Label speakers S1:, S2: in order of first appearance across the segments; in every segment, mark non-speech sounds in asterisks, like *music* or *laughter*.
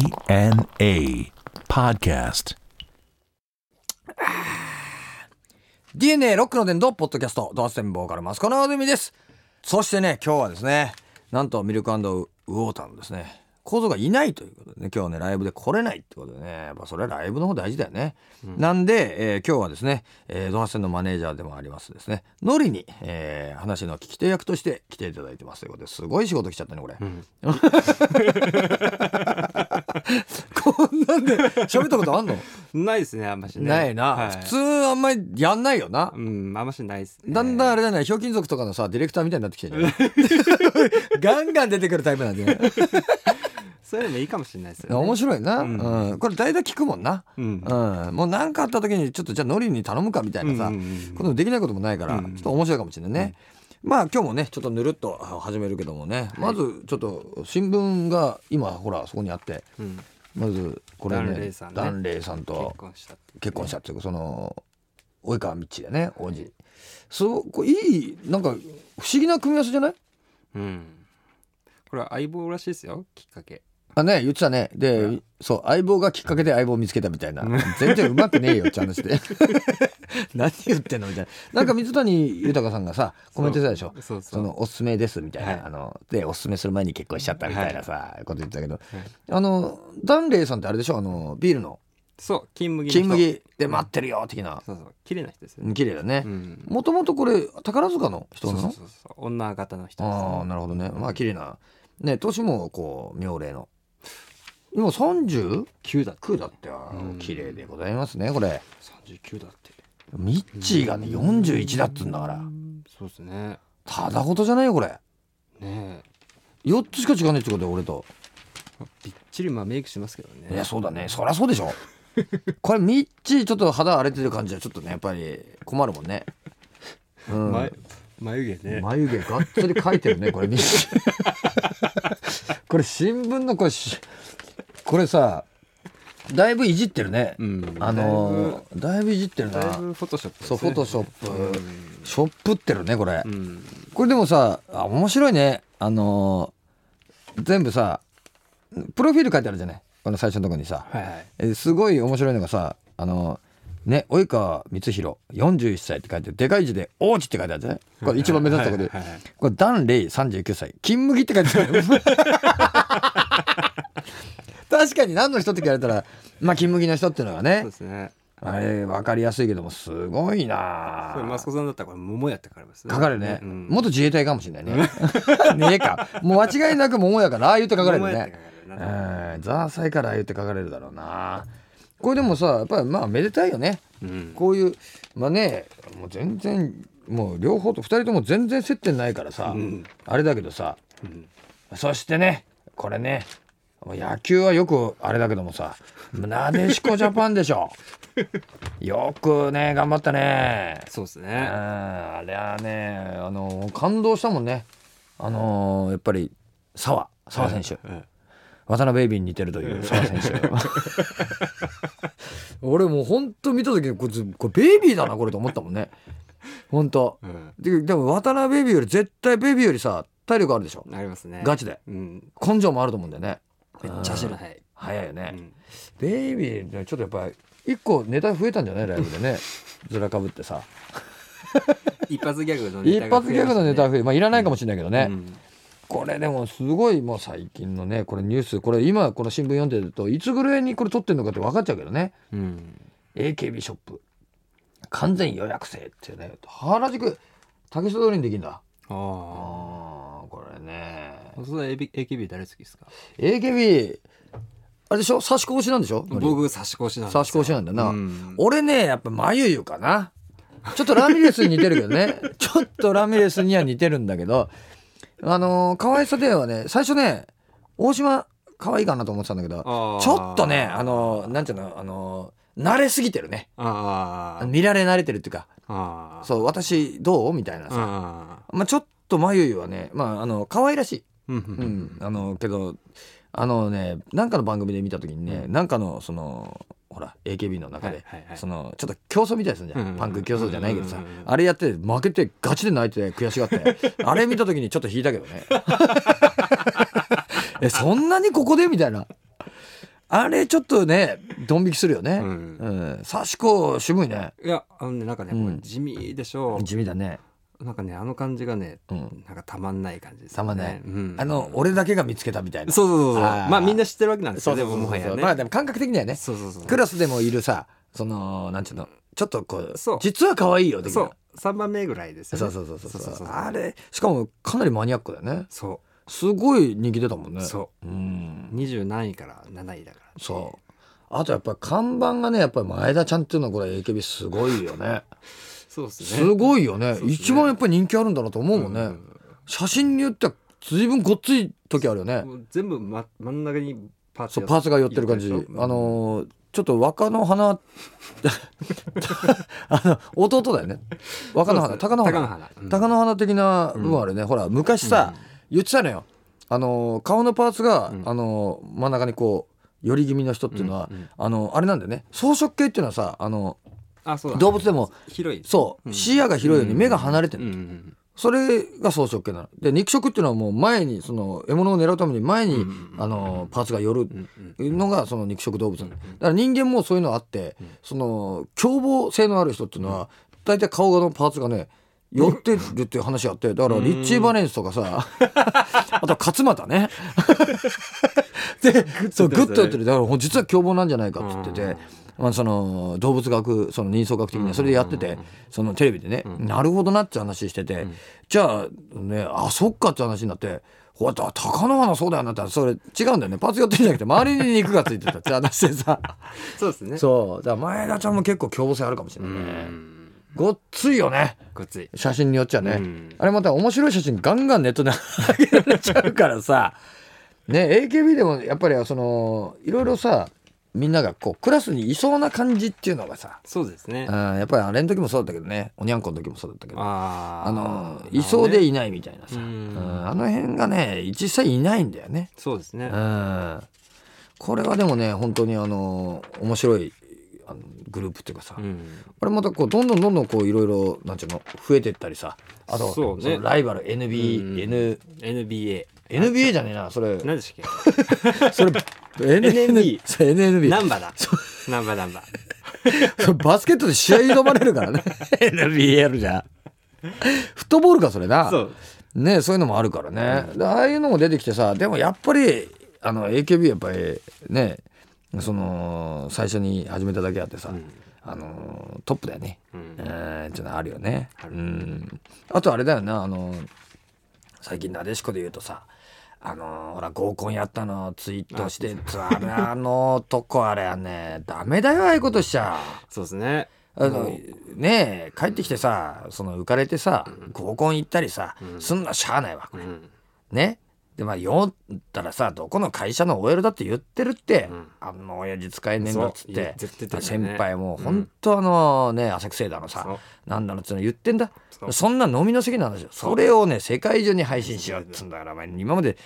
S1: DNA Podcast.
S2: DNA ロックの伝道ポッドキャストドアステンボーカルマスコのあずみですそしてね今日はですねなんとミルクウォーターのですね構造がいないということでね今日ねライブで来れないってことでねやっぱそれはライブの方大事だよね、なんで、えー今日はですね、えー、ドアステンのマネージャーでもありますですねノリに、えー話の聞き手役として来ていただいてますということですごい仕事来ちゃ *laughs* ったねこれ、こんなんで喋ったことあん
S3: *laughs*
S2: の、
S3: ないですね、あんましね。
S2: ないな、
S3: はい
S2: 普通あんまりやんないよな、
S3: うん、あんましないですね。
S2: だんだんあれじゃないひょうきん族とかのさディレクターみたい *laughs* になってきてるじゃんガンガン出てくるタイプなんで、ね、
S3: そういうのもいいかもしれないですよね。
S2: 面白いな、う
S3: うん
S2: んこれ代打聞くもんな、
S3: うん。
S2: うん、もう何かあった時にちょっとじゃあノリに頼むかみたいなさ、
S3: うんうんうんうん
S2: ことできないこともないから、
S3: うん
S2: ちょっと面白いかもしれないね、まあ今日もねちょっとぬるっとあ始めるけどもね、まずちょっと新聞が今ほらそこにあって
S3: うん。
S2: まずこれね
S3: ダンレイさんね
S2: ダンレイさん
S3: 結
S2: と
S3: 婚したって。
S2: 結婚したっていうかその及川道だね王子そうこれいいなんか不思議な組み合わせじゃない
S3: うん。これは相棒らしいですよ、きっかけ。
S2: あね言ってたねで、そう相棒がきっかけで相棒を見つけたみたいな全然うまくねえよって話で何言ってんのみたいななんか水谷豊さんがさコメントしてたでしょ
S3: そう
S2: そ
S3: そう。
S2: のおすすめですみたいな、
S3: はい
S2: あのでおすすめする前に結婚しちゃったみたいなさ、こと言ってたけど、
S3: い
S2: あのダンレイさんってあれでしょあのビールの
S3: そう、金麦の人。
S2: 金麦で待ってるよ的な
S3: そうそう、綺麗な人ですよね。
S2: 綺麗だね
S3: うん。
S2: もともとこれ宝塚の人
S3: そう
S2: な
S3: そ
S2: の
S3: うそうそう。女方の人です
S2: ああ
S3: ね。
S2: なるほどねまあ綺麗なね年もこう妙齢の今 30?
S3: 9だって。
S2: 9だってあー
S3: うん
S2: 綺麗でございますねこれ
S3: 39だって。
S2: ミッチーがね41だっつうんだから
S3: うんそうですね。
S2: ただごとじゃないよこれ
S3: ねえ。
S2: 4つしか違わないってことよ俺と
S3: びっちりまあメイクしますけど
S2: い
S3: ね
S2: や。そうだねそりゃそうでしょ *laughs* これミッチーちょっと肌荒れてる感じはちょっとねやっぱり困るもんねうん
S3: ま眉毛ね。
S2: 眉毛がっつり描いてるねこ
S3: *laughs*
S2: れ見てこれ新聞のこれしこれさだいぶいじってるね、
S3: うん
S2: あのーだいぶいじってるな
S3: だいぶフォトショップですね。
S2: そうフォトショップ、
S3: う
S2: ショップってるねこれ、
S3: うん。
S2: これでもさあ面白いねあのー全部さプロフィール書いてあるじゃないこの最初のとこにさ、
S3: はいはい。
S2: えすごい面白いのがさあのね及川光弘41歳って書いてでかい字で「王子」って書いてあるじゃないこれ一番目立つとこで、
S3: はいはいはいはい
S2: これダン・レイ39歳金麦って書いてある
S3: *laughs*
S2: 確かに何の人って聞かれたらまあ金麦の人っていうのが
S3: そう
S2: ね
S3: ですね。
S2: あれ分かりやすいけどもすごい
S3: これ
S2: な
S3: マスコさんだったらこれ桃やってかかりますね。
S2: かかるね、
S3: うん
S2: 元自衛隊かもしれないね *laughs* ねえかもう間違いなく桃やからああいうって書かれる
S3: 桃屋っ
S2: ね
S3: て書かれるな
S2: うんザーサイからああいうって書かれるだろうなこれでもさやっぱりまあめでたいよね
S3: うん。
S2: こういうまあねもう全然もう両方と2人とも全然接点ないからさ、
S3: うん
S2: あれだけどさ
S3: うん
S2: そしてねこれねもう野球はよくあれだけどもさなでしこジャパンでし
S3: *laughs*
S2: ょよくね頑張ったね
S3: そうです
S2: うん
S3: ね。
S2: あれはねあの感動したもんねあのやっぱり澤澤選手
S3: うん
S2: 渡辺エイビーに似てるという澤選手 *laughs* 俺もうほんと見た時にこれこれベイビーだなこれと思ったもんねほんと
S3: うん。
S2: ででも渡辺ベビーより絶対ベビーよりさ体力あるでしょ
S3: ありますね。
S2: ガチで
S3: うん。
S2: 根性もあると思うんだよね
S3: めっちゃ走るはい。
S2: 早いよ
S3: う
S2: ね、
S3: ん
S2: ベイビーねちょっとやっぱり一個ネタ増えたんじゃないライブでね *laughs* 面かぶってさ
S3: 一発ギャグのネ
S2: 一
S3: タが
S2: 発
S3: 増
S2: ギ
S3: え
S2: ャグ
S3: ましたね
S2: のネタ増えまあいらないかもしれないけどね、
S3: うん
S2: これでもすごいもう最近のねこれニュースこれ今この新聞読んでるといつぐらいにこれ撮ってるのかって分かっちゃうけどね
S3: うん
S2: AKB ショップ完全予約制っていうね原宿竹下通りにできるんだ
S3: あ
S2: あ
S3: あ。
S2: ーこれね
S3: 細田 AKB 誰好きですか
S2: AKB あれでしょ差し越しなんでしょ
S3: 僕差し越しなんですよ
S2: 差し越しなんだよな、
S3: うん
S2: 俺ねやっぱ眉ゆかなちょっとラミレスに似てるけどね *laughs* ちょっとラミレスには似てるんだけどあのー可愛さではね最初ね大島可愛いかなと思ってたんだけど
S3: あー
S2: ちょっとねあのーなんていうのあのー慣れすぎてるね
S3: あー
S2: 見られ慣れてるっていうか
S3: あー。
S2: そう私どうみたいなさ、
S3: あ
S2: まあ、ちょっと眉ゆはねまああの可愛らしい
S3: ーうん
S2: う
S3: うんん、
S2: あのけどあのねなんかの番組で見た時にね、なんかのそのほら AKB の中で、
S3: はいはいはい
S2: そのちょっと競争みたいですんじゃん、
S3: うんうんうん
S2: パンク競争じゃないけどさ、
S3: うんうんうん
S2: あれやって負けてガチで泣いて悔しがって
S3: *laughs*
S2: あれ見た時 *laughs* にちょっと引いたけどねえそんなにここでみたいなあれちょっとねドン引きするよね
S3: う
S2: うんん刺し子渋いね
S3: いやあのねなんかね、
S2: うん
S3: これ地味でしょ
S2: 地味だね
S3: なんかねあの感じがね、
S2: うん
S3: なんかたまんない感じです、ね、
S2: たまんない
S3: うん、
S2: あの俺だけが見つけたみたいな
S3: そうそうそうそう
S2: あー
S3: まあみんな知ってるわけなんです
S2: そ
S3: よ
S2: う
S3: ね
S2: そうそう
S3: もはやね、
S2: まあでも感覚的にはね
S3: そうそうそう
S2: クラスでもいるさそのなんちゅうのちょっとこう
S3: そう
S2: 実は可愛いよ的な
S3: そう三番目ぐらいですよ、ね、
S2: そうそうそうそう
S3: そうそうそう
S2: あれしかもかなりマニアックだよね
S3: そ
S2: すごい人気出たもん
S3: う
S2: ね
S3: そう
S2: うん
S3: 二十何位から七位だから、
S2: そうあとやっぱり看板がねやっぱり前田ちゃんっていうのはこれ AKB すごいよね
S3: そうです
S2: す
S3: ね
S2: ごいよね
S3: そうっすね
S2: 一番やっぱり人気あるんだなと思うもんね、
S3: うん
S2: 写真によっては随分ごっつい時あるよね
S3: もう全部、ま、真ん中にパーツ
S2: そうパーツが寄ってる感じ、
S3: 寄ってるでしょ
S2: あのーちょっと若の花 *laughs* あの弟だよね若の花
S3: 高
S2: 高
S3: の
S2: の
S3: 花
S2: 花
S3: 高の花、うん
S2: 高の花的な部分あるね、ほら昔さ、言ってたのよあの顔のパーツが、
S3: うん
S2: あの真ん中にこう寄り気味の人っていうのは、
S3: うんうん
S2: あのあれなんだよね草食系っていうのはさあの
S3: あそうだ
S2: 動物でも
S3: 広い
S2: そう、
S3: うん
S2: 視野が広いように目が離れてる、
S3: うんうんうん
S2: それが草食系なので肉食っていうのはもう前にその獲物を狙うために前に、
S3: うんうんうん
S2: あのパーツが寄る
S3: うんうん
S2: のがその肉食動物なのだ
S3: うんうん
S2: から人間もそういうのあって、
S3: うん
S2: その凶暴性のある人っていうのは大体顔のパーツがね寄ってるっていう話あってだからリッチー・バレンスとか
S3: *laughs*
S2: さあと勝俣ねでそうグ
S3: グッ
S2: ッ
S3: と
S2: と寄
S3: 寄っ
S2: ってて
S3: る
S2: るだからほん実は凶暴なんじゃないかって言ってて、まあ、その動物学その人相学的にはそれでやってて、そのテレビでね、なるほどなって話してて、じゃあねあそっかって話になって。ほら、だ高野花そうだよなって、それ違うんだよね。パーツ寄ってんじゃなくて、周りに肉がついてたって *laughs* 話でさ。
S3: そうですね
S2: そう。だから前田ちゃんも結構凶暴性あるかもしれ
S3: う
S2: ないね。
S3: ん
S2: ごっついよね。
S3: ごっつい
S2: 写真によっちゃね。
S3: うん
S2: あれまた面白い写真ガンガンネットで上げられちゃうからさ。ね、AKB でもやっぱりその、いろいろさ、みんながこう、クラスにいそうな感じっていうのがさ、
S3: そうですね
S2: うんやっぱりあれの時もそうだったけどね。おにゃんこの時もそうだったけど。
S3: あー
S2: あの
S3: なるほど、ね
S2: いそうでいないみたいなさ。
S3: う
S2: うんんあの辺がね、実際いないんだよね。
S3: そうですね
S2: うんこれはでもね本当にあの面白いあのグループっていうかさ、
S3: うん
S2: これまたこうどんどんどんどんこういろいろなんていうの増えてったりさあと
S3: そうね
S2: そのライバル NB、
S3: うん
S2: N
S3: NBA
S2: NBA じゃねえなそれ
S3: 何でしたっ
S2: それ NNB そう *laughs*
S3: け
S2: NNB
S3: ナンバだナンバナンバ
S2: それバスケットで試合挑まれるから
S3: *laughs*
S2: ね NBL じゃフットボールか *laughs* それな
S3: そう
S2: ねそういうのもあるからね、でああいうのも出てきてさでもやっぱりあの AKB やっぱりねその最初に始めただけあってさ、あのトップだよね、
S3: うん
S2: えーちょっとあるよね
S3: ある
S2: うんあとあれだよなあの最近なでしこで言うとさあのほら合コンやったのツイートしてあれあのとこあれはねダメだよああいうことしちゃ
S3: そうですね
S2: あのねえ帰ってきてさその浮かれてさ合コン行ったりさ、すんのしゃあないわこ
S3: う
S2: れ、
S3: ん
S2: ねでまあ読んだらさどこの会社の OL だって言ってるって、
S3: ん
S2: あの親父使えねえんだっつっ
S3: そういや
S2: て
S3: 絶対だよね
S2: 先輩もほんとあのね汗くせえだのさ、
S3: そう
S2: なんだのっつうの言ってんだ
S3: そ
S2: そうそんな飲みの席なんですよそれをね世界中に配信しようっつうんだからお前今まで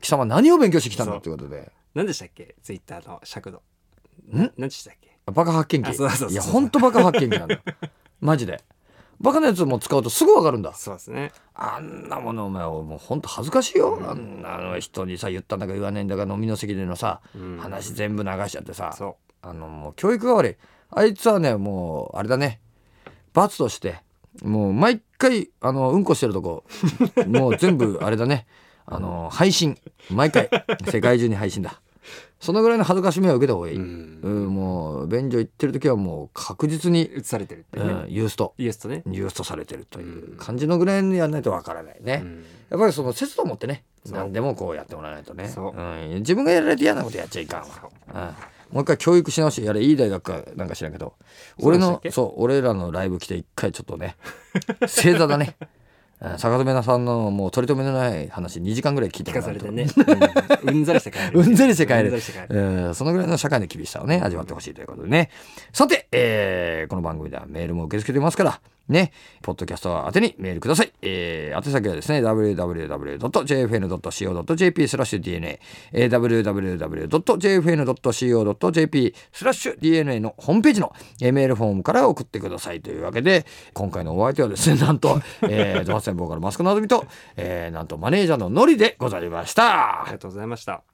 S2: 貴様何を勉強してきたんだってことで
S3: 何でしたっけツイッターの尺度
S2: ん
S3: 何でしたっけ
S2: バカ発見
S3: あ
S2: 器
S3: そうそうそうそう
S2: いやほんとバカ発見器
S3: *laughs*
S2: なんだよマジでバカなやつも使うとすぐ分かるんだ
S3: そうですね
S2: あんなものお前もうほんと恥ずかしいよ、あんなの人にさ言ったんだか言わないんだか飲みの席でのさ、
S3: うん
S2: 話全部流しちゃってさ
S3: そ
S2: あのもう教育が悪いあいつはねもうあれだね罰としてもう毎回あのうんこしてるとこ *laughs* もう全部あれだねあの配信毎回世界中に配信だそのぐらいの恥ずかしみは受けた方がいい、
S3: う
S2: う
S3: うんん
S2: もう便所行ってる時はもう確実に、
S3: 映されてるって
S2: う
S3: ね
S2: ん、ユースト
S3: イエスとね
S2: ユーストされてるという感じのぐらいにやらないとわからないね、やっぱりその節度を持ってね
S3: う
S2: 何でもこうやってもらわないとね、
S3: そうん
S2: 自分がやられて嫌なことやっちゃいかんわ、うん、もう一回教育し直してやれいい大学かなんか知らんけど俺
S3: そうでしたっ
S2: の
S3: け
S2: そう俺らのライブ来て一回ちょっとね *laughs* 正座だねうん坂戸さんのもう取り留めのない話2時間ぐらい聞いて
S3: 聞
S2: も
S3: からさ
S2: う
S3: れ
S2: と
S3: てねうんうんざりして帰
S2: *laughs*
S3: る
S2: うんざりして帰
S3: うん
S2: る
S3: ざりして帰
S2: え
S3: る
S2: ーそのぐらいの社会の厳しさをね味わってほしいということでねさて、えーこの番組ではメールも受け付けてますからねポッドキャストは宛てにメールください、えー、宛先はですね www.jfn.co.jp スラッシュ DNA えー www.jfn.co.jp スラッシュ DNA のホームページのえーメールフォームから送ってくださいというわけで今回のお相手はですね *laughs* なんと、えー、ドハセンボーカルマスクのあずみと、えーなんとマネージャーのノリでございまし
S3: あ
S2: た
S3: りがとうございました